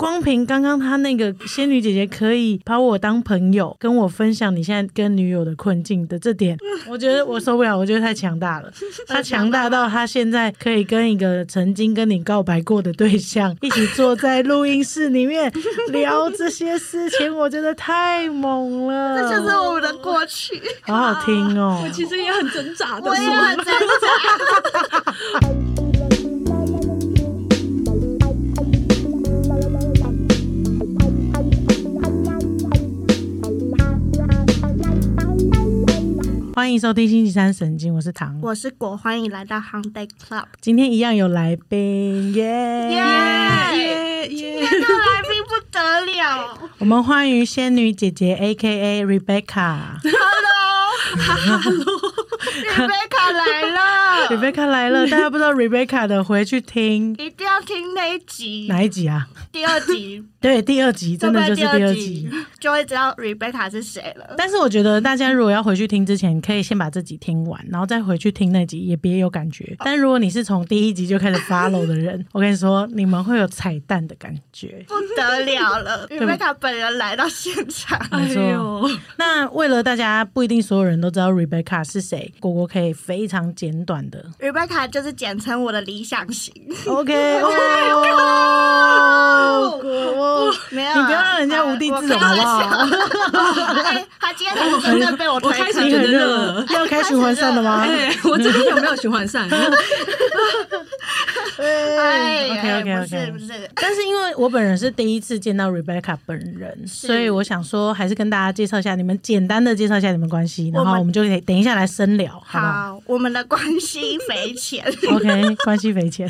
光凭刚刚他那个仙女姐姐可以把我当朋友，跟我分享你现在跟女友的困境的这 点，我觉得我受不了，我觉得太强大了。他强大到他现在可以跟一个曾经跟你告白过的对 象一起坐在录音室里面聊这些事情，我觉得太猛了。这就是我们的过去。好好听哦。其实也很挣扎的我也很挣扎。欢迎收听星期三神经，我是唐。我是果，欢迎来到 h u n d a y Club。 今天一样有来宾耶耶耶今天的来宾不得了我们欢迎仙女姐姐 A K A Rebecca。 ，Hello，Rebecca 来了， Rebecca 来了，大家不知道 Rebecca 的，回去听一定要听那一集，哪一集啊？第二集，对，第二集真的就是就第在二集集。就会知道 Rebecca 是谁了。但是我觉得大家如果要回去听之前，可以先把这集听完，然后再回去听那集，也别有感觉。但如果你是从第一集就开始 follow 的人，我跟你说，你们会有彩蛋的感觉。不得了了，Rebecca 本人来到现场，哎呦，那为了大家不一定所有人都知道 Rebecca 是谁，果果可以非常简短的 Rebecca 就是简称我的理想型， OK，哦，果没有啊，你不要让人家无地自容好不好好？哎，他今天才是真正被我推我 开始坑你觉很得热热， 要开循环扇了 吗？哎，我这边有没有循环扇？哎 OK 哎 OK 不是 OK 不。是，但是因为我本人是第一次见到 Rebecca 本人，所以我想说，还是跟大家介绍一下，你们简单的介绍一下你们关系，然我后们我们就可以等一下来深聊，好不好好，我们的关系匪 浅。 ？OK，关 系匪浅。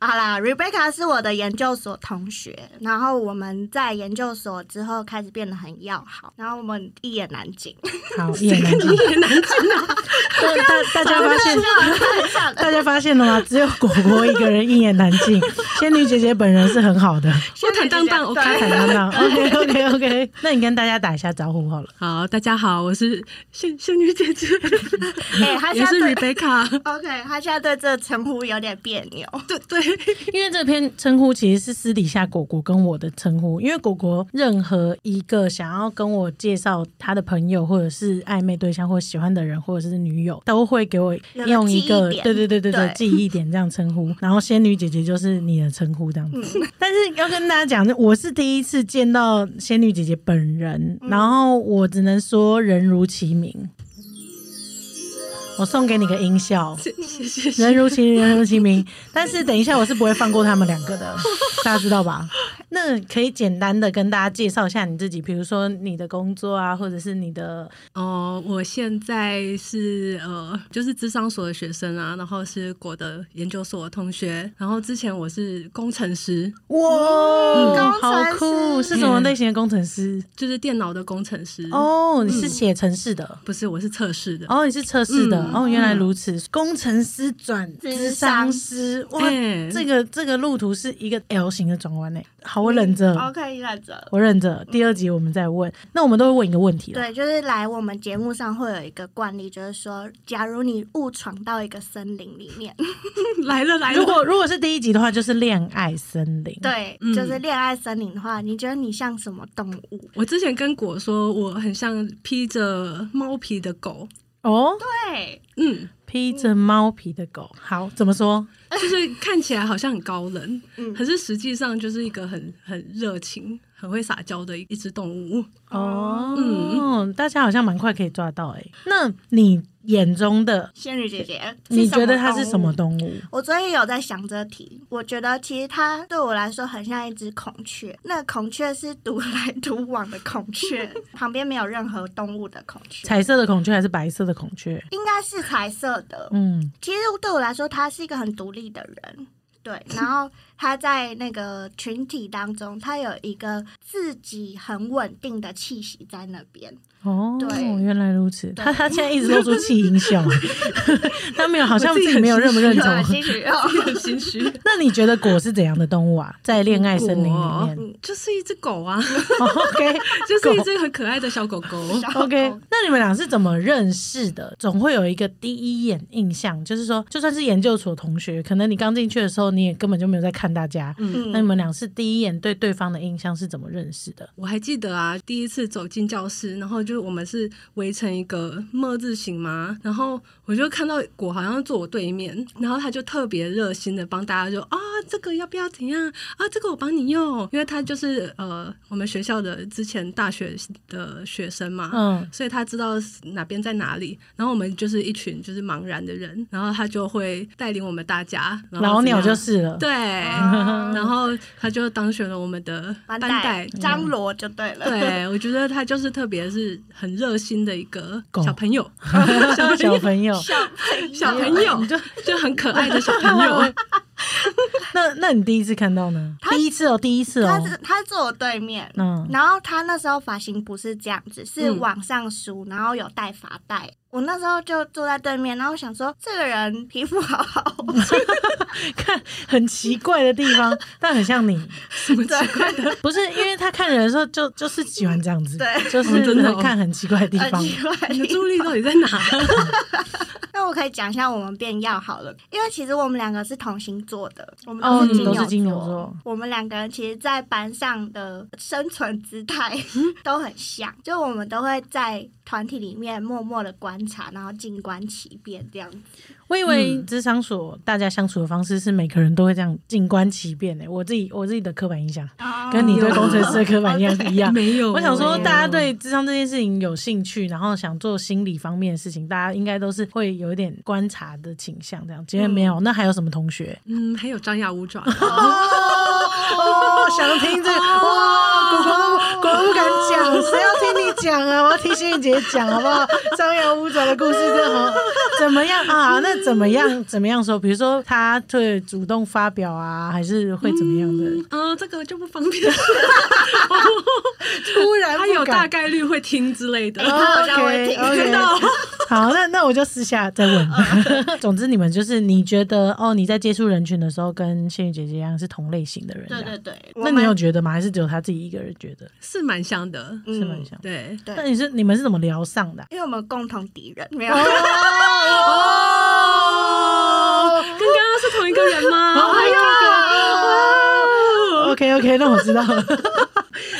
好啦，Rebecca 是我的研究所同学，然后我们在研究所之后开始变得很要好，然后我们一言难尽。好，一言难 尽，一言难尽啊！大大家发现，大家发现了吗？只有果果一个人一言难尽，仙女姐姐本人是很好的，我坦荡荡对，OK。坦荡荡。OK OK OK，那你跟大家打一下招呼好了。好，大家好，我是仙仙女姐姐， 哎、他也现是在对 Rebecca。 OK，他现在对这个称呼有点别扭。对对， 因为这篇称呼其实是私底下果果跟我的称呼，因为果果任何一个想要跟我介绍他的朋友，或者是暧昧对象，或者喜欢的人，或者是女友，都会给我有个用一个记忆点对对对对对对记忆点这样称呼。然后仙女姐姐就是你的称呼这样子。嗯 但是要跟大家讲，我是第一次见到仙女姐姐本人，然后我只能说人如其名。我送给你个音效。谢谢谢人如其人，人如其名。但是等一下，我是不会放过他们两个 的，大家知道吧？那可以简单的跟大家介绍一下你自己，比如说你的工作啊，或者是你的哦，我现在是呃，就是智商所的学生啊，然后是我的研究所的同学，然后之前我是工程师，哇，工嗯好程师酷！是什么类型的工程师？就是电脑的工程师。哦，你是写程式的。不是，我是测试的。哦，你是测试的、嗯哦，原来如此。工程师转智智商商师，哇，哎这个这个路途是一个 L 型的转弯呢。欸嗯好，我忍着， OK，忍哦着。我忍着。第二集我们再问，那我们都会问一个问题了。对，就是来我们节目上会有一个惯例，就是说，假如你误闯到一个森林里面， 来了来如了，果如果是第一集的话，就是恋爱森林。对，嗯就是恋爱森林的话，你觉得你像什么动物？我之前跟果说，我很像披着猫皮的狗。哦，对，嗯，披着猫皮的狗，好，怎么说？就是看起来好像很高冷，嗯可是实际上就是一个很很热情、很会撒娇的一只动物。哦，嗯大家好像蛮快可以抓到哎、那你眼中的，仙女姐姐，你觉得它是什么物？动物？我昨天有在想这题，我觉得其实它对我来说很像一只孔雀。那孔雀是独 来独往的孔雀，旁边没有任何动物的孔雀，彩色的孔雀还是白色的孔雀？应该是彩色的。嗯，其实对我来说，他是一个很独立的人，对。然后他在那个群体当中，他有一个自己很稳定的气息在那边。哦，对原来如此。对它它现在一直露出气音 笑，它没有，好像我自己自己没有很认不认心同。对，其实哦，很心虚，那你觉得果是怎样的动物啊？在 恋爱森林里面、果 嗯就是一只 狗啊，哦、，OK，就是一只很可爱的小狗狗。然后 OK，那你们俩是怎么认识的？总会有一个第一眼印象，就是说，就算是研究所同学，可能你刚进去的时候，你也根本就没有在看看大家。那你嗯，们俩是第一眼对对方的印象是怎么认识的？我还记得啊，第一次走进教室，然后就是我们是围成一个么字形嘛，然后我就看到果好像坐我对面，然后他就特别热心的帮大家就啊这个要不要怎样啊这个我帮你用，因为他就是呃我们学校的之前大学的学生嘛，嗯，所以他知道哪边在哪里。然后我们就是一群就是茫然的人，然后他就会带领我们大家。然后嗯老怎鸟样就是了。对，嗯 哦然后他就当选了我们的班带带。张罗就对 了。对，我觉得他就是特别是很热心的一个狗啊小朋友，小朋友，小朋友，小朋友就就很可爱的小 朋友。那那你第一次看到呢？第一次哦，第一次他哦，是他坐我对面，嗯，然后他那时候发型不是这样子，是嗯往上梳，然后有戴发带。我那时候就坐在对面，然后想说这个人皮肤好好，看很奇怪的地方， 但很像你，什么奇怪的？不是因为他看人的时候就就是喜欢这样子，对就是哦真的哦看很奇怪的地很方。奇怪你的注意力到底在哪？那我可以讲一下我们变要好了，因为其实我们两个是同星座的，我们哦，都是你金都牛是座。金牛座，我们两个人其实，在班上的生存姿态 都很像，就我们都会在团体里面默默的观察，然后静观其变这样子。我以为嗯职场所大家相处的方式是每个人都会这样静观其变诶、我自己我自己的刻板印象跟你对工程师的刻板印象不一样。没有，啊我想说，没有大家对智商这件事情有兴趣，然后想做心理方面的事情，大家应该都是会有一点观察的倾向。这样，今天没有，那还有什么同学？嗯，还有张牙舞爪的。哦，想听这个哇，果果果果不敢讲，谁要听你讲啊？我要听心雨姐讲好不好？张牙舞爪的故事真的好，怎么样啊？那怎么样？怎么样说？比如说他会主动发表啊，还是会怎么样的？嗯、这个就不方便说，突然他有大概率会听之类的。哎哦他好像会听 o k 知道，好，那那我就私下再问。嗯总之，你们就是你觉得哦，你在接触人群的时候，跟仙女姐姐一样是同类型的人。对这样对对，那我你们有觉得吗？还是只有他自己一个人觉得是蛮像的。是蛮像？对，对那你是你们是怎么聊上的啊、嗯哦因为我们共同敌人，没有。哦哦，跟刚刚是同一个人吗？哦哎呀， OK OK，那我知道了。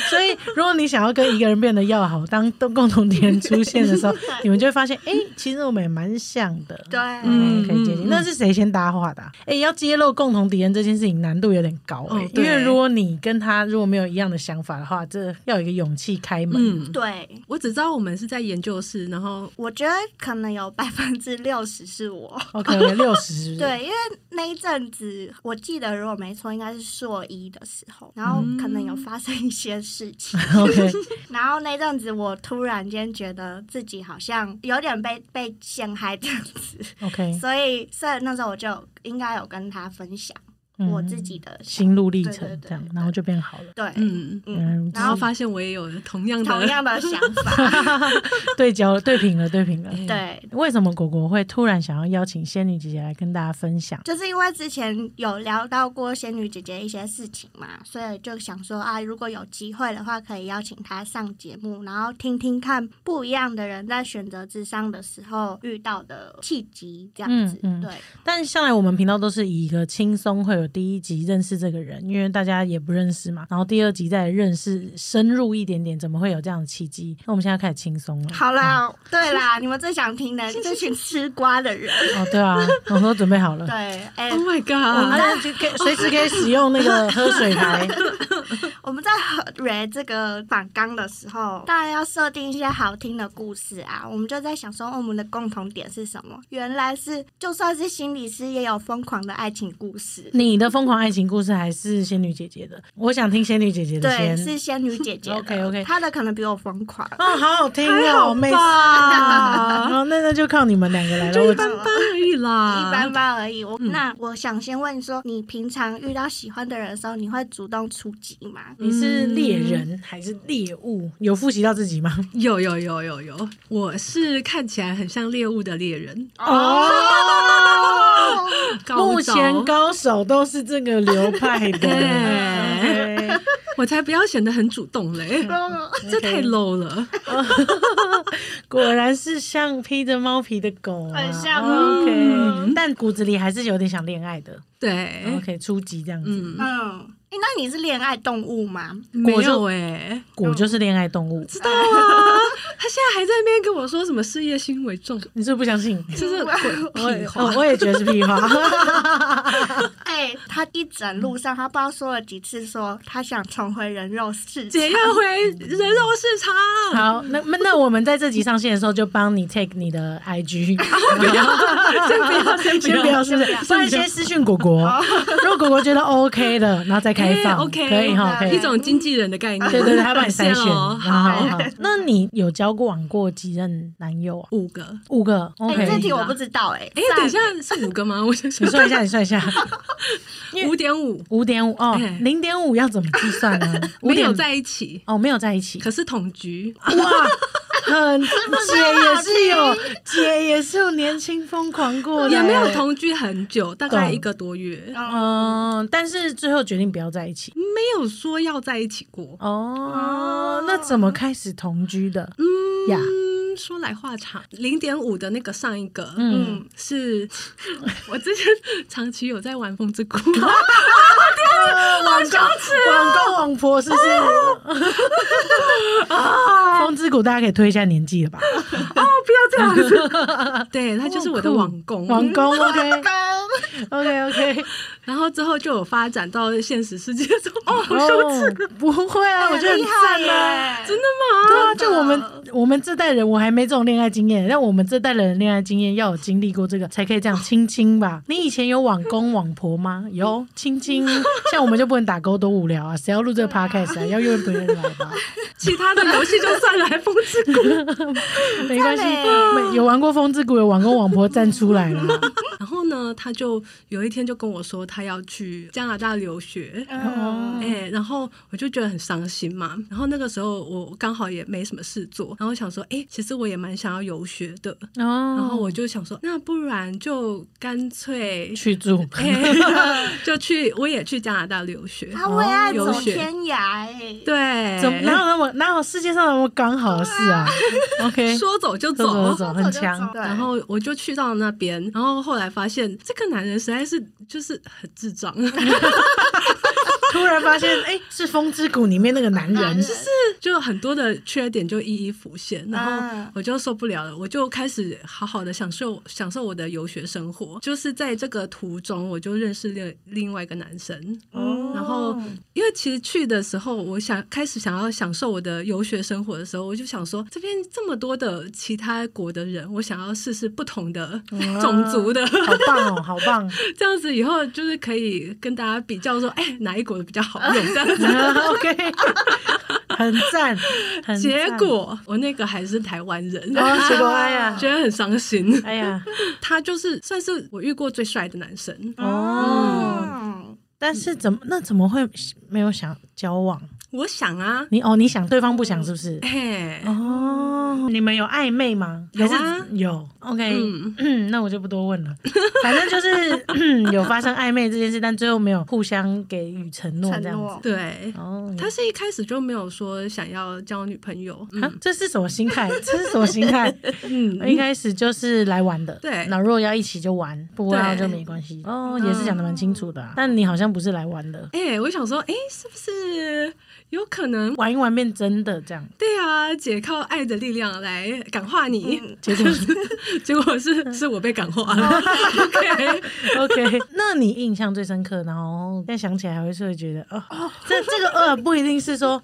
所以，如果你想要跟一个人变得要好，当共同敌人出现的时候，你们就会发现，哎、其实我们也蛮像的。对，嗯，可以接嗯近。嗯那是谁先搭话的啊、哎、要揭露共同敌人这件事情难度有点高、哦哎因对为如果你跟他如果没有一样的想法的话，这要有一个勇气开门。嗯，对，我只知道我们是在研究室，然后我觉得可能有百分之六十是我。 OK，六十是不是？对，因为那一阵子，我记得如果没错，应该是硕一的时候，然后嗯可能有发生一些事 情， ，OK，然后那阵子我突然间觉得自己好像有点被被陷害这样子， OK，所以所以那时候我就应该有跟他分享嗯我自己的想心路历对对程这对样对，对然后就变好了。对，嗯，嗯，嗯，然后发现我也有同样的同 样的想法，对焦了，对平了，对平了。哎对。为什么果果会突然想要邀请仙女姐姐来跟大家分享？就是因为之前有聊到过仙女姐姐一些事情嘛，所以就想说啊，如果有机会的话，可以邀请她上节目，然后听听看不一样的人在选择智商的时候遇到的契机，这样子。嗯嗯对，但向来我们频道都是以一个轻松会有第一集认识这个人，因为大家也不认识嘛，然后第二集再认识深入一点点，怎么会有这样的契机？那我们现在开始轻松了。好啦，嗯对啦，你们最想听的这群吃瓜的人，哦，对啊，我说准备好了 对，。哎、哦 ，Oh my 我们 god，那就可以随时可以使用那个喝水 台，我们在 read 这个反纲的时候，当然要设定一些好听的故事啊。我们就在想说，哦我们的共同点是什么？原来是，就算是心理师，也有疯狂的爱情故 事。你的疯狂爱情故事还是仙女姐姐的？我想听仙女姐姐的对，先。是仙女姐姐 的。 OK，OK 她的可能比我疯狂。啊哦，好好听还哦，好妹子。吧 好，那那就靠你们两个来了。就我一般般而已啦，一般。般而 已。我、那我想先问说，你平常遇到喜欢的人的时候，你会主动出击吗？嗯你是猎人还是猎物？有复习到自己吗？有有有有有，我是看起来很像猎物的猎人， 哦，高啊目前招 高手都是这个流派的。对 OK 我才不要显得很主动 嘞， 哦这太 low 了。果然是像披着猫皮的狗、啊，很像哦嗯 OK，但骨子里还是有点想恋爱的。对， OK，初级这样子，嗯，嗯，诶那你是恋爱动物吗？没我就有 哎，我就是恋爱动物。知道啊，他现在还在那边跟我说什么事业心为重，你是不是不相信？ 就是我鬼也屁哦话。我也觉得是屁话。哎、他一整路上，他不知道说了几次说他想重回人肉哎市场姐。要回人肉市场，哎好，那那那我们在这集上线的时候，就帮你 take 你的 IG，先不要，先先不要，是不是？不然先私讯果果，如果果果觉得 OK 的，然后再开放 OK，可以哈，可对以一。种经纪人的概念，对对对，他帮你筛选。 谢咯好好好，好，那你有交过往过几任男友啊？五个。五个哎、这，OK。题我不知道哎、哎哎，等一下是五个吗？我想你想算一下，你算一下，五点五五点五哦哎，零点五要怎么计算呢？没有5.5在一起，哦，没有在一起，可是同居。哇，很姐也是有，姐也是有年轻疯狂过的，也没有。同居很久，大概懂一个多月，嗯，但是最后决定不要在一起。没有说要在一起过。哦，那怎么开始同居的？嗯呀，嗯，说来话长，零点五的那个上一个，嗯，嗯，是 我之前长期有在玩《风之 谷》，哦网公网公网婆是不是？风之谷大家可以推一下年纪了吧？ 对，他就是我的网工。哦网公 OK 刚 OK OK，然后之后就有发展到现实世界中。哦，耻，不会啊，我觉得很厉赞害啊。耶，真的吗？对啊，就我们我们这代人，我还没这种恋爱经验，但我们这代人的恋爱经验要有经历过这个，才可以这样亲亲吧。 你以前有网公网婆吗？有亲亲，像我们就不能打勾，多无聊啊！谁要录这个 podcast 啊？要约别人来吧， 其他的游戏就算了，还《风之 谷》。没关系，真的耶没有玩过风之谷，有网公网婆站出来 了。然后呢，他就有一天就跟我说，他要去加拿大留学。嗯，哎、然后我就觉得很伤心嘛。然后那个时候我刚好也没什么事做，然后想说，哎、其实我也蛮想要游学的。哦，然后我就想说，那不然就干脆， 去住，哎就去，我也去加拿大留啊 学。他为哦爱有走血天涯哎、对，怎么哪有那么哪有世界上那么刚好的事 啊？OK，说走就走走走，走？走就很走强。对然后我就去到那边，然后后来发现这个男人实在是就是很智障， 突然发现，哎，是风之谷里面那个男男人人，就很多的缺点就一一浮现，然后啊我就受不了了，我就开始好好的享受享受我的游学生活。就是在这个途中，我就认识另另外一个男生，哦然后因为其实去的时候，我想开始想要享受我的游学生活的时候，我就想说这边这么多的其他国的人，我想要试试不同的 种族的，好棒哦，好棒。 这样子以后就是可以跟大家比较说，哎、哪一国的比较好用这样 子。 OK，很赞，很赞结果我那个还是台湾人，哦，结果哎呀， 觉得很伤心。哎呀，他就是算是我遇过最帅的男生，哦，嗯，但是怎么那怎么会没有想交往？我想啊，你哦，你想对方不想是不是？嘿，哦，你们有暧昧吗？有啊还是有，OK，嗯嗯， 那我就不多问了。反正就是嗯有发生暧昧这件事，但最后没有互相给予嗯承诺承这样子诺。对，哦，他是一开始就没有说想要交女朋友，啊，这是什么心态？这是什么心态？嗯，一开始就是来玩的，对那如果要一起就玩，不要对就没关系。哦，也是讲的蛮清楚的啊、但你好像不是来玩的，哎、我想说，哎、是不是有可能？玩一玩变真的这样，对啊，姐靠爱的力量来感化你，结果结果是是我被感化了。OK， OK。那 你印象最深刻，然后现在想起来还会是会觉得，哦，这这个呃不一定是说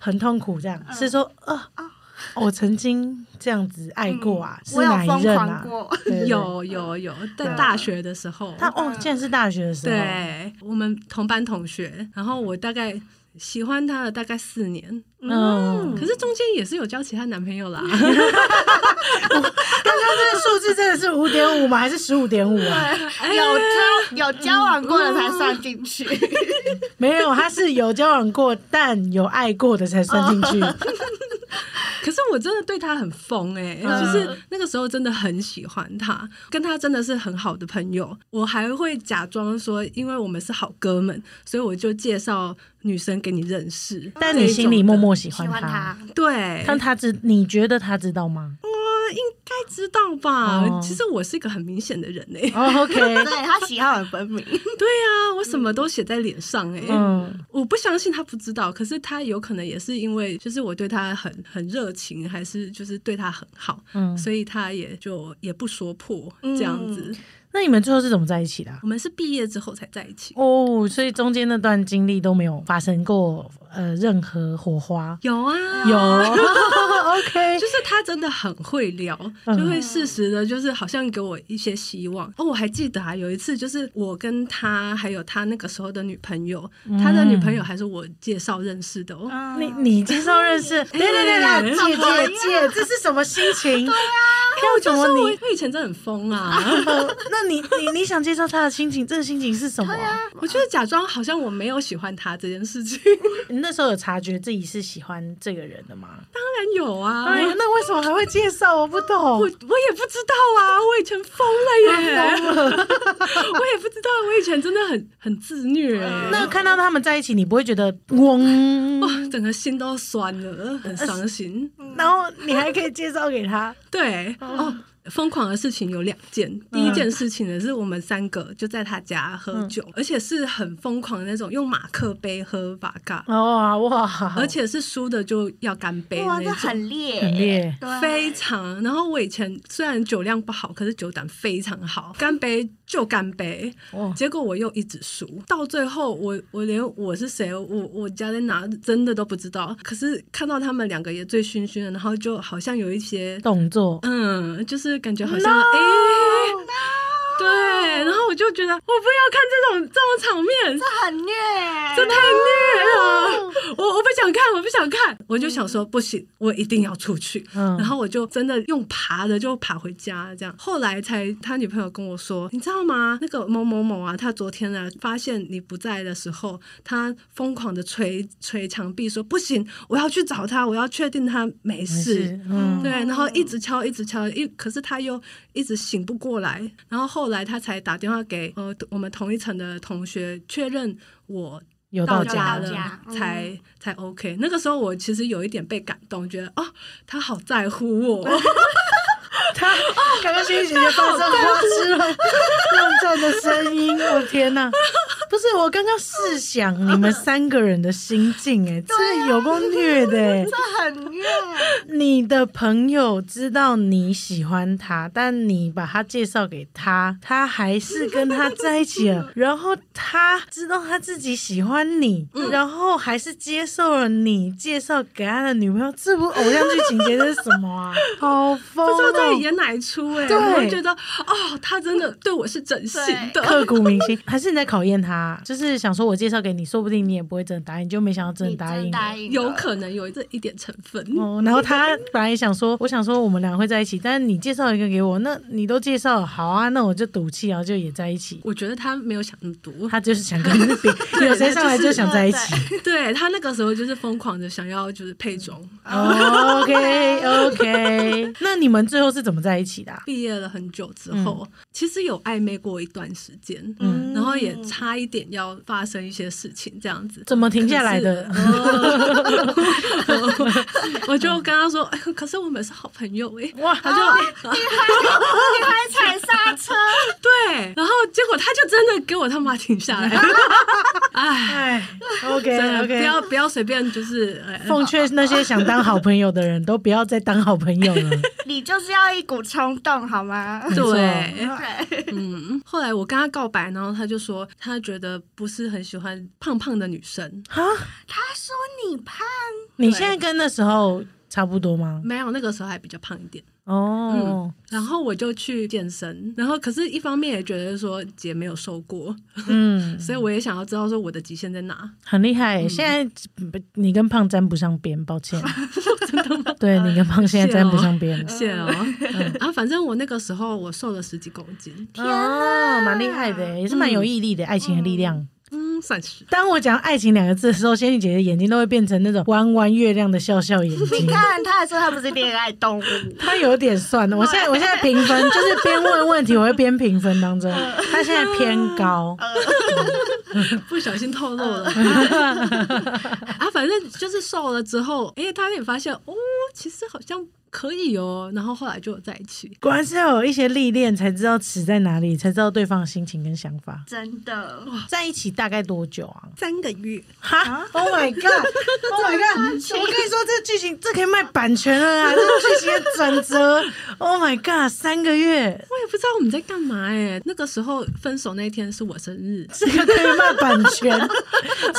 很痛苦这样，是说呃。我曾经这样子爱过啊，是嗯我有哪一疯任狂啊？ 过，对，对有有有，在对啊大学的时候，他哦，竟然是大学的时候，对我们同班同学，然后我大概喜欢他了大概四年，嗯，可是中间也是有交其他男朋友啦。刚刚这个数字真的是五点五吗？还是十五点五啊？有交有交往过的才算进去，哎 没有，他是有交往过，但有爱过的才算进去。 可是我真的对他很疯哎、嗯就是那个时候真的很喜欢他，跟他真的是很好的朋友。我还会假装说，因为我们是好哥们，所以我就介绍女生给你认识。但你心里默默喜喜欢欢他他，，对，但他知你觉得他知道吗？该知道吧？哦其实我是一个很明显的人哎、哦，OK，对他喜好很分明， 对啊，我什么都写在脸上哎、 嗯，我不相信他不知道，可是他有可能也是因为，就是我对他很很热情，还是就是对他很好，嗯所以他也就也不说破嗯这样子。那你们最后是怎么在一起的啊、我们是毕业之后才在一起，哦，所以中间那段经历都没有发生过呃任何火花。有啊， 有，OK，就是他真的很会聊，嗯就会适时的，就是好像给我一些希望。哦，我还记得啊，有一次就是我跟他还有他那个时候的女朋友，他的女朋嗯友还是我介绍认识的哦。 嗯你你介绍认识， 哎对对对对，姐姐姐，这是什么心情？对哎我啊，要就怎么说我你？我以前真的很 疯啊，哦那你你你想介绍他的心情，这个心情是什么？我就是假装好像我没有喜欢他这件事情。 你那时候有察觉自己是喜欢这个人的吗？当然有啊，哎呀，那为什么还会介绍？我不我懂。我也不知道啊，我以前疯了哎耶，我也不知道，我以前真的很很自虐哎， 那看到他们在一起，你不会觉得嗡？哇，整个心都酸了，很伤心。然后你还可以介绍给他，对，哦，疯狂的事情有两件，第一件事情呢是我们三个就在他家喝酒，而且是很疯狂的那种，用马克杯喝法嘎，嗯哇哦哇，而且是输的就要干杯哇，这那种。很烈，很烈对，啊非常。然后我以前虽然酒量不好，可是酒胆非常好，干杯就干杯。哦结果我又一直输，到最后我我连我是谁，我我家在哪，真的都不知道。可是看到他们两个也醉醺醺的，然后就好像有一些动作嗯，就是感觉好像哎。对，然后我就觉得我不要看这种这种场面，这很虐，这太虐了，我我不想看，我不想看，我就想说不行，我一定要出去。嗯然后我就真的用爬的就爬回家，这样。后来才他女朋友跟我说，你知道吗？那个某某某啊，他昨天啊发现你不在的时候，他疯狂的捶捶墙壁说不行，我要去找他，我要确定他没事。嗯对，然后一直敲，一直敲，一可是他又一直醒不过来，然后后来他才打电话给呃我们同一层的同学确认我有到到家家了了，到家嗯才才 OK。那个时候我其实有一点被感动，觉得哦，他好在乎 我，他刚刚欣怡姐姐发生花痴 乱乱颤的声音，我天哪！不是我刚刚试想你们三个人的心境、哎，啊这有够虐的、哎这很虐，你的朋友知道你喜欢他，但你把他介绍给他，他还是跟他在一起 了。然后他知道他自己喜欢你，然后还是接受了你介绍给他的女朋友。这部偶像剧情节这是什么啊？ 好疯不知道在哦！演哪一出哎、对嗯我会觉得哦，他真的对我是真心的。 刻骨铭心，还是你在考验他？就是想说，我介绍给你，说不定你也不会真的答应，你就没想到真的你答应了。真答应了，有可能有这一点成分，哦，然后他本来想说，我想说我们俩会在一起，但是你介绍一个给我，那你都介绍了，好啊，那我就赌气，然后就也在一起。我觉得他没有想那么多。他就是想跟你 比，有谁上来就想在一起。对他那个时候就是疯狂的想要就是嗯配种， OK OK，那你们最后是怎么在一起的啊、毕业了很久之后，其实有暧昧过一段时间，嗯然后也差一点要发生一些事情，这样子。怎么停下来的可？是？哦 我就跟他说：“哎，可是我们是好朋友哎、哇，他就、你还踩刹车，对，然后结果他就真的给我他妈停 下来了。哎， 哎真，OK 的不 OK，要不要随便就是、 哎奉劝那些想当好朋友的人都不要再当好朋友 了。你就是要一股冲动好吗？没错对，对，嗯。后来我跟他告白，然后他就说他觉得不是很喜欢胖胖的女生，啊，他说你胖，你现在跟那时候差不多吗？没有那个时候还比较胖一点。哦，然后我就去健身，然后可是一方面也觉得说姐没有瘦过，嗯，所以我也想要知道说我的极限在哪。很厉害、欸嗯现在不你跟胖沾不上边，抱 歉。 真的吗？对你跟胖现在沾不上 边了。谢哦，然后反正我那个时候我瘦了十几公斤，欸嗯哦，蛮厉害的，也是蛮有毅力的，爱情的力量。嗯，算是。当我讲爱情两个字的时候，仙女姐姐眼睛都会变成那种弯弯月亮的笑笑眼你睛。看，他还说他不是恋爱动物，她有点算了，我现 在我现在评分就是边问问题，我会边评分当中，她现在偏 高。 不小心透露了嗯 啊，反正就是瘦了之后，哎、他也发现哦，其实好像可以哦，然后后来就有在一起。果然是要有一些历练，才知道尺在哪里，才知道对方的心情跟想法。真的。在一起大概多久啊？三个月，哈！Oh my god！Oh my god！我跟你说，这剧情这可以卖版权了啦！这剧情的转 折，Oh my god！三个月，我也不知道我们在干嘛哎、那个时候分手那天是我生日，这个可以卖版 权，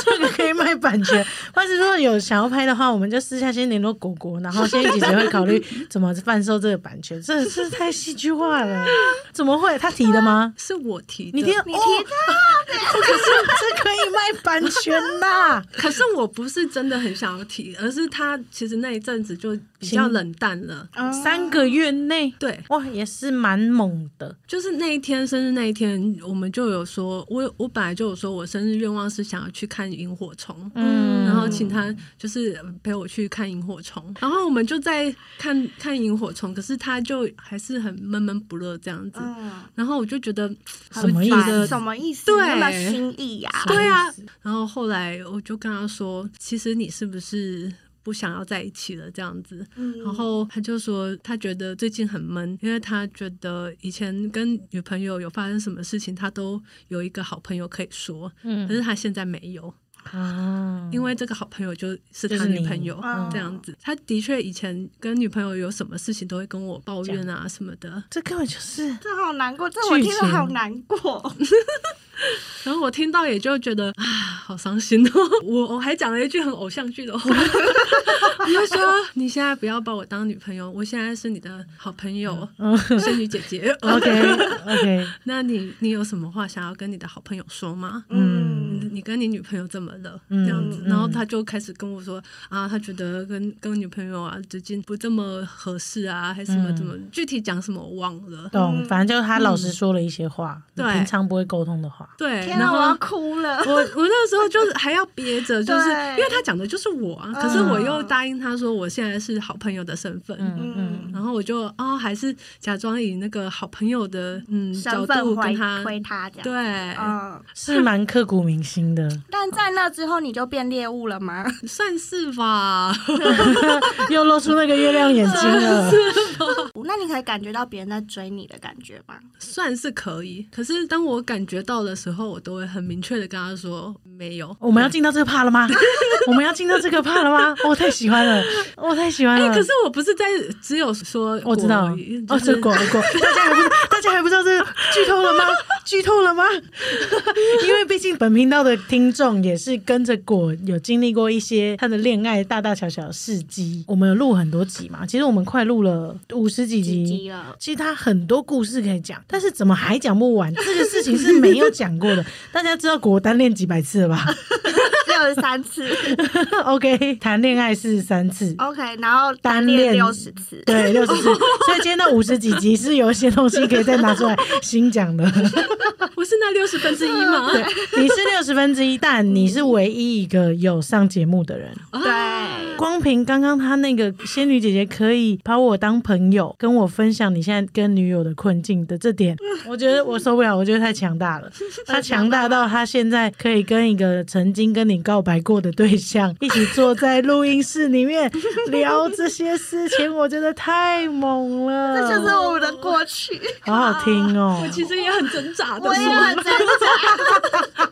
这个可以卖版权。但是如果有想要拍的话，我们就私下先联络果果，然后仙女姐姐会考虑怎么贩售这个版权。这这太戏剧化了， 怎么会？他提的吗？是我提的。你提的，你哦提这可是这可以卖版权 啦！可是我不是真的很想要提，而是他其实那一阵子就比较行冷淡了。嗯三个月内，对，哇，也是蛮猛的。就是那一天生日那一天，我们就有说，我我本来就有说我生日愿望是想要去看萤火虫，嗯然后请他就是陪我去看萤火虫，然后我们就在看看萤火虫，可是他就还是很闷闷不乐这样子，嗯，然后我就觉得什么意思我觉得什么意思？对那么心意呀、么对啊意思，然后后来我就跟他说，其实你是不是不想要在一起了这样子？嗯然后他就说，他觉得最近很闷，因为他觉得以前跟女朋友有发生什么事情，他都有一个好朋友可以说，可嗯是他现在没有，啊因为这个好朋友就是就他是你女朋友嗯这样子。他的确以前跟女朋友有什么事情都会跟我抱怨啊什么的，这根本就是这好难过，这我听了好难过。然后我听到也就觉得啊，好伤心哦。 我我还讲了一句很偶像剧的话， 我就说你现在不要把我当女朋友，我现在是你的好朋友，仙女姐姐。嗯 OK OK，那你你有什么话想要跟你的好朋友说吗？ 嗯你跟你女朋友怎么了？嗯这样子，嗯然后他就开始跟我说啊，他觉得跟跟女朋友啊最近不这么合适啊，还是什么嗯怎么，具体讲什么我忘了。懂。嗯反正就是他老实说了一些话，你对平常不会沟通的话。对，天然啊，后我要哭了。我我那个时候就是还要憋着，就是对嗯因为他讲的就是我啊，可是我又答应他说我现在是好朋友的身份，嗯然后我就哦还是假装以那个好朋友的嗯角身份度回跟他回他这样。对，嗯，是蛮刻骨铭心 的，但在那之后你就变猎物了吗？算是吧，又露出那个月亮眼睛 了。 那你可以感觉到别人在追你的感觉吗？算是可以。可是当我感觉到的时候，我都会很明确的跟他说没有。我们要进到这个怕了吗？我们要进到这个怕了吗？我太喜欢了，我太喜欢哎、了。可是我不是在只有说我知道国语哦，就这是果果，大家还不知大家还不知道这个剧透了吗？剧透了吗？ 因为毕竟本频道的听众也是跟着果有经历过一些他的恋爱大大小小的事迹，我们有录很多集嘛，其实我们快录了五十几几集。集了？其实他很多故事可以讲，但是怎么还讲不完？这个事情是没有讲过的。大家知道果单恋几百次了吧 六十三次？OK，谈恋爱是三次， ，OK，然后单单恋恋六十次，对，六十次。所以今天到五十几集是有一些东西可以再拿出来新讲的。我是那六十分之一 吗？对，你是六十分之一，但你是唯一一个有上节目的人。啊对，光凭刚刚他那个仙女姐姐可以把我当朋友，跟我分享你现在跟女友的困境的这点，我觉得我受不了，我觉得太强大了。他强大到他现在可以跟一个曾经跟你告白过的对象一起坐在录音室里面聊这些事情，我觉得太猛了，这就是我们的过去。好好听 哦。其实也很挣扎的说，嗯我也很挣扎，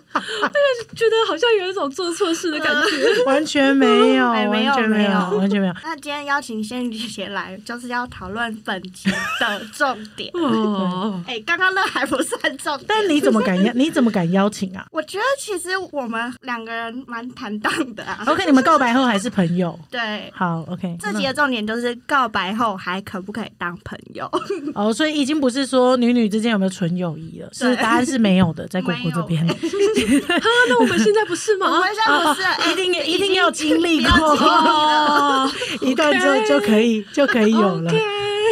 觉得好像有一种做错事的感觉。。完全没有，嗯哎没有完全没没有，有完全没有。那今天邀请仙女姐姐来，就是要讨论本集的重点哦， 哎、刚刚那还不算重点，但你怎么敢 邀？你怎么敢邀请啊我觉得其实我们两个人蛮坦荡的 啊。 ？OK，你们告白后还是朋友？对，好，OK，这集的重点就是告白后还可不可以当朋友？那哦，所以已经不是说女女之间有没有纯友谊了，是答案是没有的，在果果这 边啊，那我们现在不是我吗？们现在 不是，哎哦一定一定要经历不要经历过了哦， 一段之后就可以就可以有了 OK。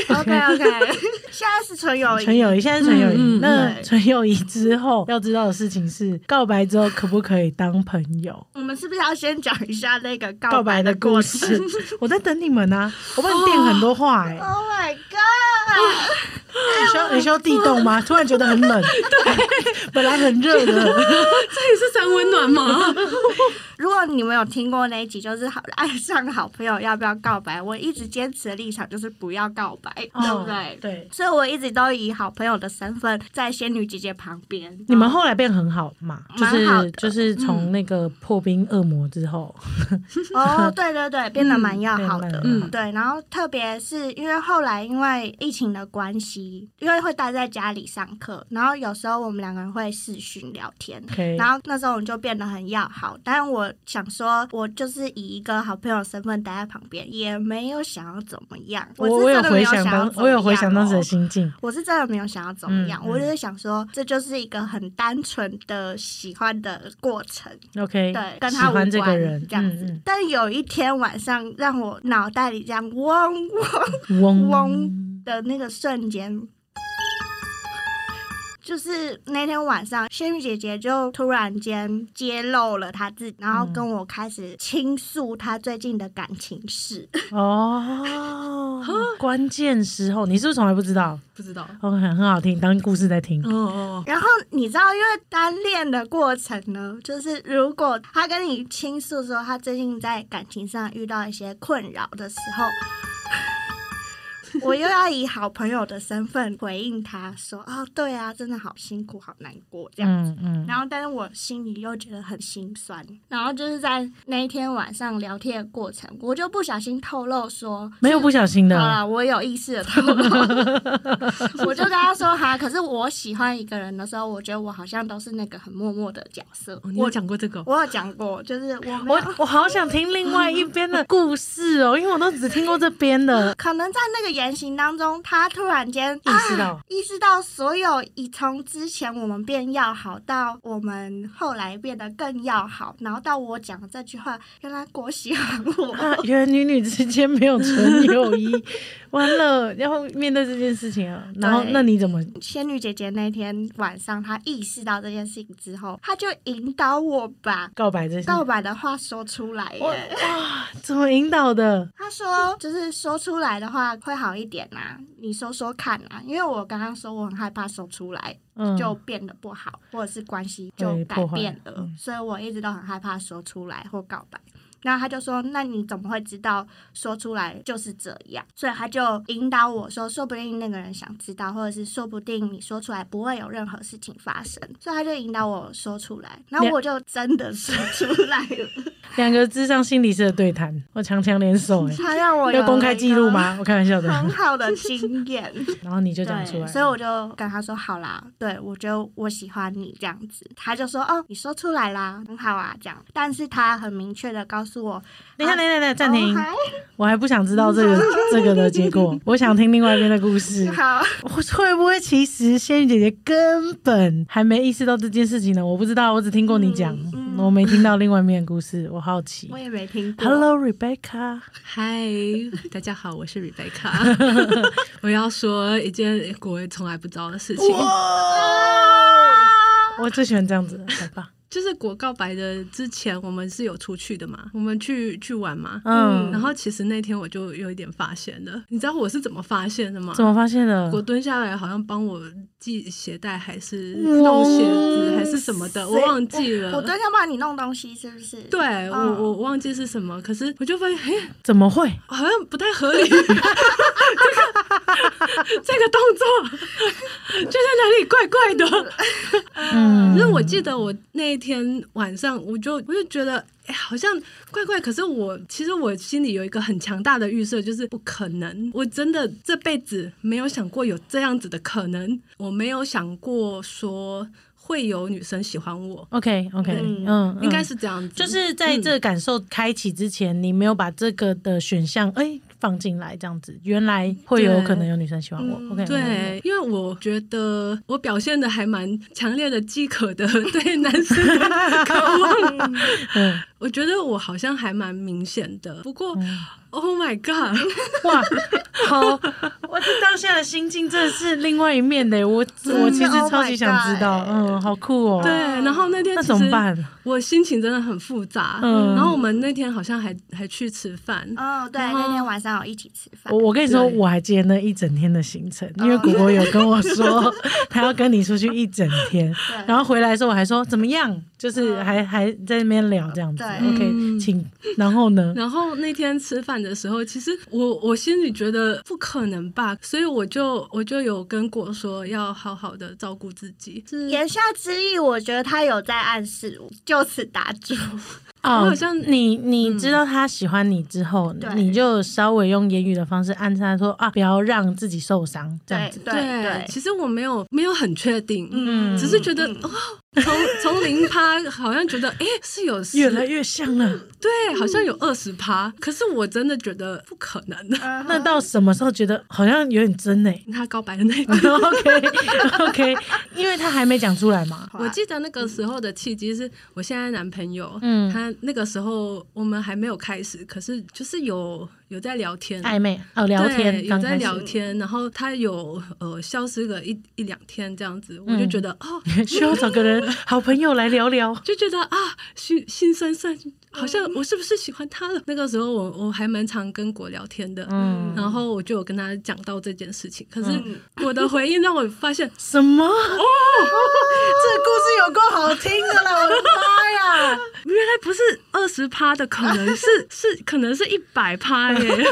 OK OK，现在是纯友谊，纯友谊，现在是纯友谊。嗯嗯那对纯友谊之后要知道的事情是，告白之后可不可以当朋友？我们是不是要先讲一下那个告告白的的故？事， 我在等你们啊！我帮你垫很多话哎、 Oh my god！你需要你需要地洞吗？突然觉得很冷， 本来很热的。这也是三温暖吗？如果你们有听过那一集，就是好爱上好朋友要不要告白？我一直坚持的立场就是不要告白，对不对？哦对，所以我一直都以好朋友的身份在仙女姐姐旁边。你们后来变很好嘛？就蛮好的嗯是就是从那个破冰恶魔之后，哦，对 对对，变得蛮要好的，嗯嗯，对。然后特别是因为后来因为疫情的关系，因为会待在家里上课，然后有时候我们两个人会视讯聊天。 OK，然后那时候我们就变得很要好，但我想说，我就是以一个好朋友的身份待在旁边，也没有想要怎么样。我是我有真的没回有想要当，怎我有回么想样当时的哦心境。我是真的没有想要怎么样，嗯嗯我就是想说，这就是一个很单纯的喜欢的过程， OK，对，跟喜他无关欢这个人这样子。嗯但有一天晚上，让我脑袋里这样嗡嗡嗯嗡嗡的那个瞬间。就是那天晚上，仙女姐姐就突然间揭露了她自己，然后跟我开始倾诉她最近的感情事。 啊哦，关键时候你是不是从来不知道不知道。 ？OK，很好听，当故事在听嗯哦。哦，然后你知道，因为单恋的过程呢，就是如果他跟你倾诉说他最近在感情上遇到一些困扰的时候，我又要以好朋友的身份回应他说：“哦，对啊，真的好辛苦，好难过这样子。嗯嗯，然后，但是我心里又觉得很心酸。然后就是在那一天晚上聊天的过程，我就不小心透露说，没有不小心的，好了，我有意识的透露，我就跟他说哈，可是我喜欢一个人的时候，我觉得我好像都是那个很默默的角色。哦你有我讲过这个哦？我有讲过，就是我没我有。我好想听另外一边的故事哦，因为我都只听过这边的。可能在那个言行当中，他突然间意识到啊意识到所有以从之前我们变要好到我们后来变得更要好，然后到我讲的这句话，原来我喜欢我，啊，原来女女之间没有纯友 谊，完了，然后面对这件事情啊，然后对那你怎么？仙女姐姐那天晚上，她意识到这件事情之后，她就引导我把告白这些告白的话说出来我耶。怎么引导的？她说，就是说出来的话会好一点呐、你说说看啊，因为我刚刚说我很害怕说出来嗯，就变得不好，或者是关系就改会破变坏了嗯，所以我一直都很害怕说出来或告白。那她就说：“那你怎么会知道说出来就是这样？”所以她就引导我说：“说不定那个人想知道，或者是说不定你说出来不会有任何事情发生。”所以她就引导我说出来，然后你我就真的说出来了。 两个智商心理师的对谈，我强强联手 哎、他让我有要公开记录吗？我开玩笑一的个？。很啊好的经验， 然后你就讲出来对，了，所以我就跟他说好啦，对我觉得我喜欢你这样子，他就说哦，你说出来啦，很好啊，这样。但是他很明确的告诉我，等一下，等一下，等一下，暂停哦，还我还不想知道这 个这个的结果，我想听另外一边的故事。好， 会不会其实仙女姐姐根本还没意识到这件事情呢？我不知道，我只听过你讲，嗯嗯我没听到另外一面的故事，我好奇我。也没听过。 Hello Rebecca，嗨，大家好，我是 Rebecca，我要说一件我从来不知道的事情，我最喜欢这样子了，好吧？就是国告白的之前，我们是有出去的嘛，我们去去玩嘛，嗯然后其实那天我就有一点发现了，你知道我是怎么发现的吗？怎么发现 的？我蹲下来，好像帮我系鞋带还是弄鞋子还是什么的，我忘记哎了。我蹲下帮你弄东西是不是？对我嗯我忘记是什么，可是我就发现，哎，怎么会？好像不太合理。 这个这个动作就在哪里怪怪的。嗯因为我记得我那一天晚上，我就我就觉得，哎、好像怪怪。可是我其实我心里有一个很强大的预设，就是不可能。我真的这辈子没有想过有这样子的可能，我没有想过说会有女生喜欢我， OK OK，嗯嗯，应该嗯是这样子。就是在这个感受开启之前，你没有把这个的选项哎、放进来，这样子，原来会有对可能有女生喜欢我。嗯 OK，对，因为我觉得我表现 的还蛮强烈的饥渴的对男生的渴望，嗯， 我觉得我好像还蛮明显的，不过、o h my God， 哇，好，我这当下的心境真的是另外一面的，，Oh 我我其实超级想知道， Oh my god 嗯，好酷哦，对，然后那天那其怎么实办？我心情真的很复杂，嗯然后我们那天好像还还去吃饭，哦，对，然后那天晚上有一起吃饭我，我跟你说，对我还记得那一整天的行程，因为哦果果有跟 我说他要跟你出去一整天，对然后回来的时候我还说怎么样，就是嗯还、还在那边聊这样子对，OK，嗯请，然后呢？ 然后那天吃饭的时候，其实我我心里觉得不可能吧，所以我就我就有跟果说要好好的照顾自己。是言下之意，我觉得他有在暗示我，就此打住。我哦嗯好像你你知道他喜欢你之后，对你就稍微用言语的方式暗示他说啊，不要让自己受伤 这样对子。对对，其实我没有没有很确定，嗯只是觉得、嗯哦，从从零趴好像觉得哎、诶是有越来十，越像了，对，好像有二十趴，可是我真的觉得不可能的。嗯那到什么时候觉得好像有点真呢、 欸他告白的那一 OK OK，因为他还没讲出来嘛。好啊我记得那个时候的契机是，我现在男朋友，嗯他那个时候我们还没有开始，可是就是有有在聊天，暧昧哦，聊天对有刚在开始聊天，然后他有呃消失个一一两天这样子，我就嗯觉得、哦，需要找个人好朋友来聊聊。就觉得啊，心心酸酸，好像我是不是喜欢他了？那个时候我我还蛮常跟果聊天的。嗯，然后我就有跟他讲到这件事情，可是嗯我的回应让我发现，什么？哦，这故事有够好听的啦！我的妈呀！原来不是二十趴的，可能 是是可能是一百趴耶。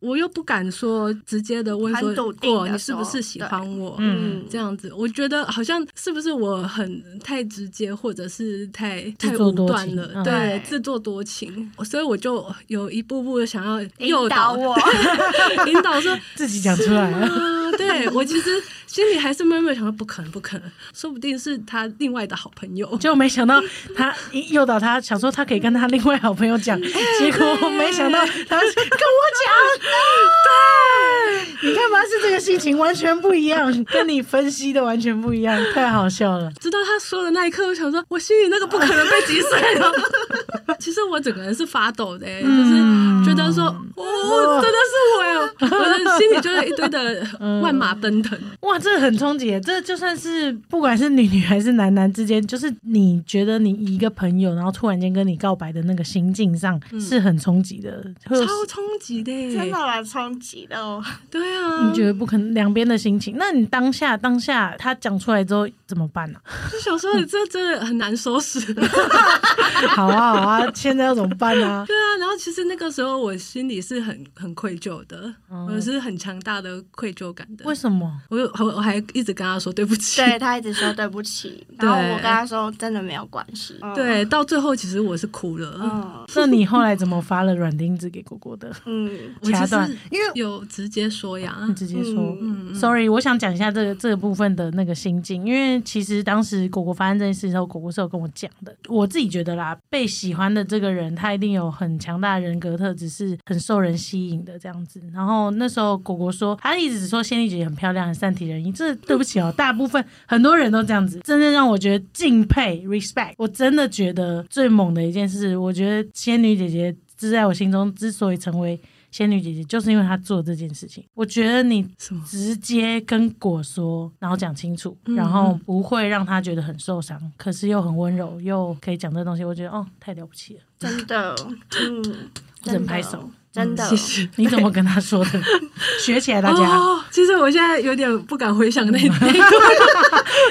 我又不敢说直接的问很笃说定的果你是不是喜欢我？嗯这样子，我觉得好像是不是我很太直接，或者是太自太作武多断情了，嗯对，对自作多情，所以我就有一步步的想要诱 引导导我， 引导说。自己 讲出来了。啊，对我其实心里还是慢慢想说，不可能，不可能，说不定是他另外的好朋友，就没想到他诱导他，想说他可以跟他另外好朋友讲，结果没想到他跟我讲。对，你看吧，是这个心情完全不一样，跟你分析的完全不一样，太好笑了。知道他说的那一刻，我想说，我心里那个不可能被击碎了。其实我整个人是发抖的、欸，嗯就是觉得说，哦，真的是我呀，我的心里就是一堆的万马奔腾。哇，这很冲击耶！这就算是不管是女女还是男男之间，就是你觉得你一个朋友，然后突然间跟你告白的那个心境上，是很冲击的。会有超冲击的、欸，真的蛮冲击的哦。对啊，你觉得不可能，两边的心情。那你当下当下他讲出来之后怎么办呢、 就想说你这真的很难收拾。好啊好啊，现在要怎么办呢、 啊？对啊，然后其实那个时候我心里是很很愧疚的，我是很强大的愧疚感的。嗯为什么？我有我我还一直跟他说对不起。对他一直说对不起，然后我对跟他说真的没有关系。嗯对，到最后其实我是哭了。嗯那你后来怎么发了软钉子给果果的？嗯，我掐其断实有直接说呀你，直接说。啊嗯，嗯 Sorry，我想讲一下这个这个部分的那个心境，因为其实当时果果发生这件事的时候，果果是有跟我讲的。我自己觉得啦，被喜欢的这个人，他一定有很强大的人格特质，是很受人吸引的这样子。然后那时候果果说，她一直说仙丽姐姐很漂亮，很善体人意。这对不起哦，大部分很多人都这样子。真正让我觉得敬佩 respect，我真的觉得最猛的一件事，我觉得仙女姐姐是在我心中之所以成为。仙女姐姐就是因为她做这件事情，我觉得你什么？直接跟果说，然后讲清楚，嗯然后不会让他觉得很受伤，可是又很温柔，又可以讲这东西，我觉得哦，太了不起了，真的，嗯，只能拍手。真的，嗯谢谢你怎么跟他说 的？学起来，大家。哦，其实我现在有点不敢回想那一段。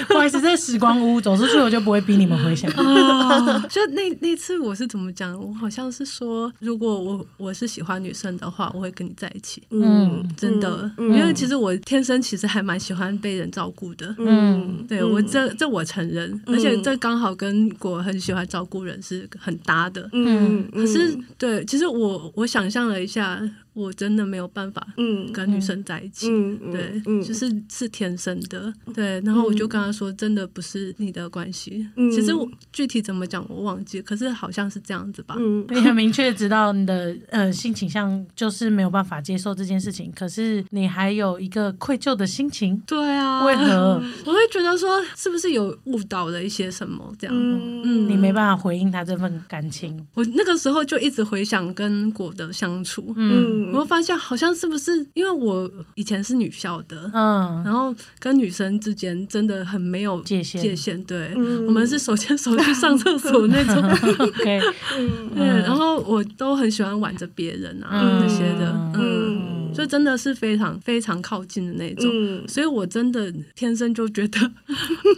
不好意思，这是时光屋，走出去我就不会逼你们回想。哦， 就那那次我是怎么讲？我好像是说，如果我我是喜欢女生的话，我会跟你在一起。嗯真的，嗯因为其实我天生其实还蛮喜欢被人照顾的。嗯对我这这我承认，而且这刚好跟我很喜欢照顾人是很搭的。嗯，可是对，其实我我想象了一下，我真的没有办法嗯跟女生在一起。嗯嗯对，嗯，就是是天生的，对。然后我就跟他说，真的不是你的关系。嗯其实我具体怎么讲我忘记，可是好像是这样子吧。嗯你很明确知道你的呃性倾向就是没有办法接受这件事情，可是你还有一个愧疚的心情，对啊，为何我会觉得说，是不是有误导了一些什么这样？嗯你没办法回应他这份感情？我那个时候就一直回想跟果的相处，嗯我会发现好像是不是因为我以前是女校的，嗯，然后跟女生之间真的很没有界限界限，对。嗯我们是手牵手去上厕所那种， OK，嗯对，然后我都很喜欢挽着别人啊、嗯那些的，嗯，嗯就真的是非常非常靠近的那种，嗯所以我真的天生就觉得，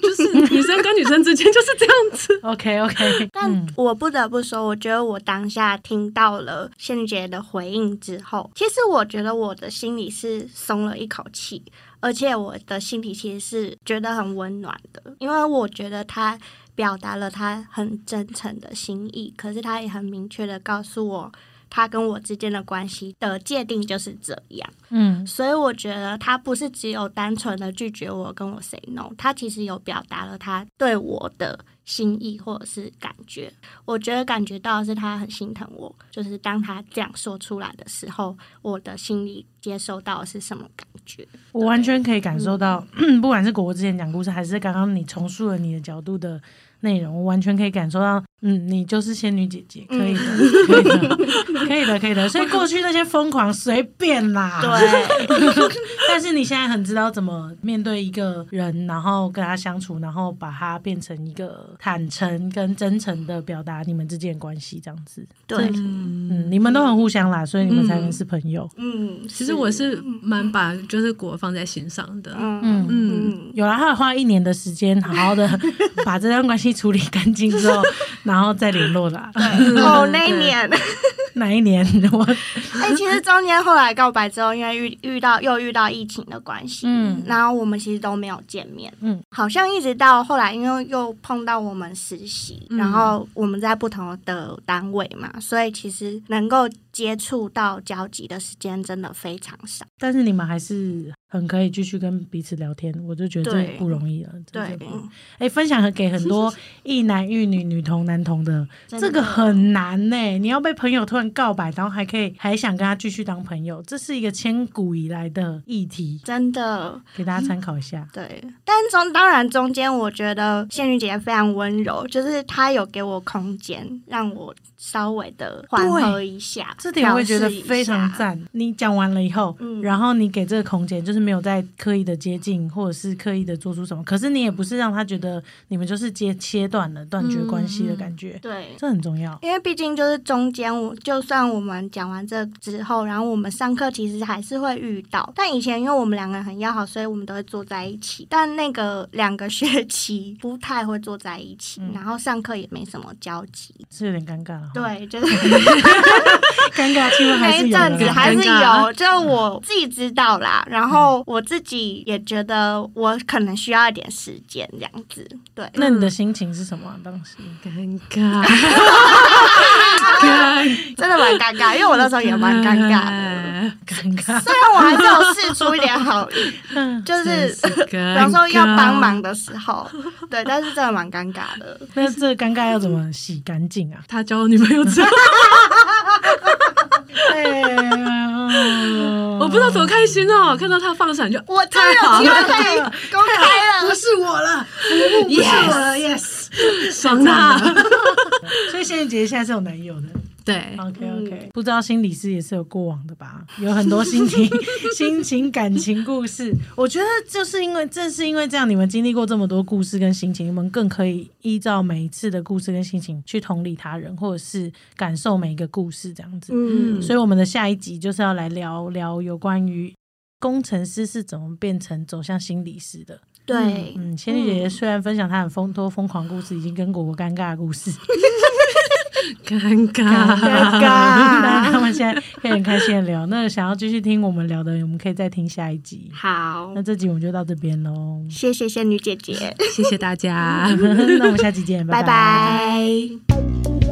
就是女生跟女生之间就是这样子， OK OK，但我不得不说，我觉得我当下听到了仙女姐的回应之后，其实我觉得我的心里是松了一口气，而且我的心里其实是觉得很温暖的，因为我觉得她表达了她很真诚的心意，可是她也很明确的告诉我。她跟我之间的关系的界定就是这样，嗯所以我觉得她不是只有单纯的拒绝我跟我 say no，她其实有表达了她对我的心意或者是感觉，我觉得感觉到的是他很心疼我，就是当他这样说出来的时候，我的心里接收到的是什么感 觉？我完全可以感受到， 不管是果果之前讲故事，还是刚刚你重述了你的角度的内容，我完全可以感受到，嗯，你就是仙女姐姐，可以的，可以的，可以的， 可以的。所以过去那些疯狂随便啦， 对，但是你现在很知道怎么面对一个人，然后跟他相处，然后把他变成一个坦诚跟真诚的表达你们之间的关系，这样子。对，嗯，你们都很互相啦，所以你们才能是朋友。嗯，其实我是蛮把就是果放在心上的，嗯嗯嗯有了，他花一年的时间，好好的 把这段关系处理干净之后，然后再联络啦。 嗯，哦，那一年，哪一年？我 哎、其实中间后来告白之后，因为遇遇到又遇到疫情的关系，嗯然后我们其实都没有见面，嗯好像一直到后来，因为又碰到我们实习，嗯然后我们在不同的单位嘛，所以其实能够接触到交集的时间真的非常少。但是你们还是很可以继续跟彼此聊天，我就觉得这对不容易了。真对的，不容易哎、分享给很多一男一女、女同男同的，这个很难呢、你要被朋友突然告白，然后还可以还想跟他继续当朋友，这是一个千古以来的议题，真的给大家参考一下。对。但中当然中间，我觉得仙女姐姐非常温柔，就是她有给我空间，让我稍微的缓和一下，这点我也觉得调试一下非常。赞。你讲完了以后，嗯然后你给这个空间，就是没有在刻意的接近，或者是刻意的做出什么，可是你也不是让他觉得你们就是接切断了、断绝关系的感觉，对，这很重要。因为毕竟就是中间我，就算我们讲完这之后，然后我们上课其实还是会遇到。但以前因为我们两个人很要好，所以我们都会坐在一起。但那个 两个学期不太会坐在一起，嗯然后上课也没什么交集。是有点尴尬了，， 对，就是。尴尬气氛还是那一有的阵子啦。还是尴尬有，就我自己知道啦。然嗯后我自己也觉得我可能需要一点时间这样子，对。那你的心情是什么啊、当时尴尬， 尴真的蛮尴尬，因为我那时候也蛮尴尬 的。嗯尴尬，虽然我还是有试出一点好 意，嗯就是尬，比比方说要帮，忙的时候，对，但是真的蛮尴尬的。那这个尴尬要怎么洗干净 啊？他交了女朋友 之后，哎 我不知道多开心哦！看到他放闪就我真的有机会公 开了，是我了，不是我了，yes，爽他。 所以仙女姐姐现在是有男友的。对， OK OK，、不知嗯道心理师也是有过往的吧？有很多心情、心情、感情故事。我觉得就是因为正是因为这样，你们经历过这么多故事跟心情，你们更可以依照每一次的故事跟心情去同理他人，或者是感受每一个故事这样子。嗯所以我们的下一集就是要来聊聊有关于工程师是怎么变成走向心理师的。对，嗯，仙女姐姐虽然分享她很疯多疯狂故事，已经跟果果尴尬的故事，尴尴尬，尬，但他们现在可以很开心的聊。那想要继续听我们聊的，我们可以再听下一集。好那，这集我们就到这边 喽，谢谢仙女姐姐，谢谢大家。那我们下集见，拜拜拜。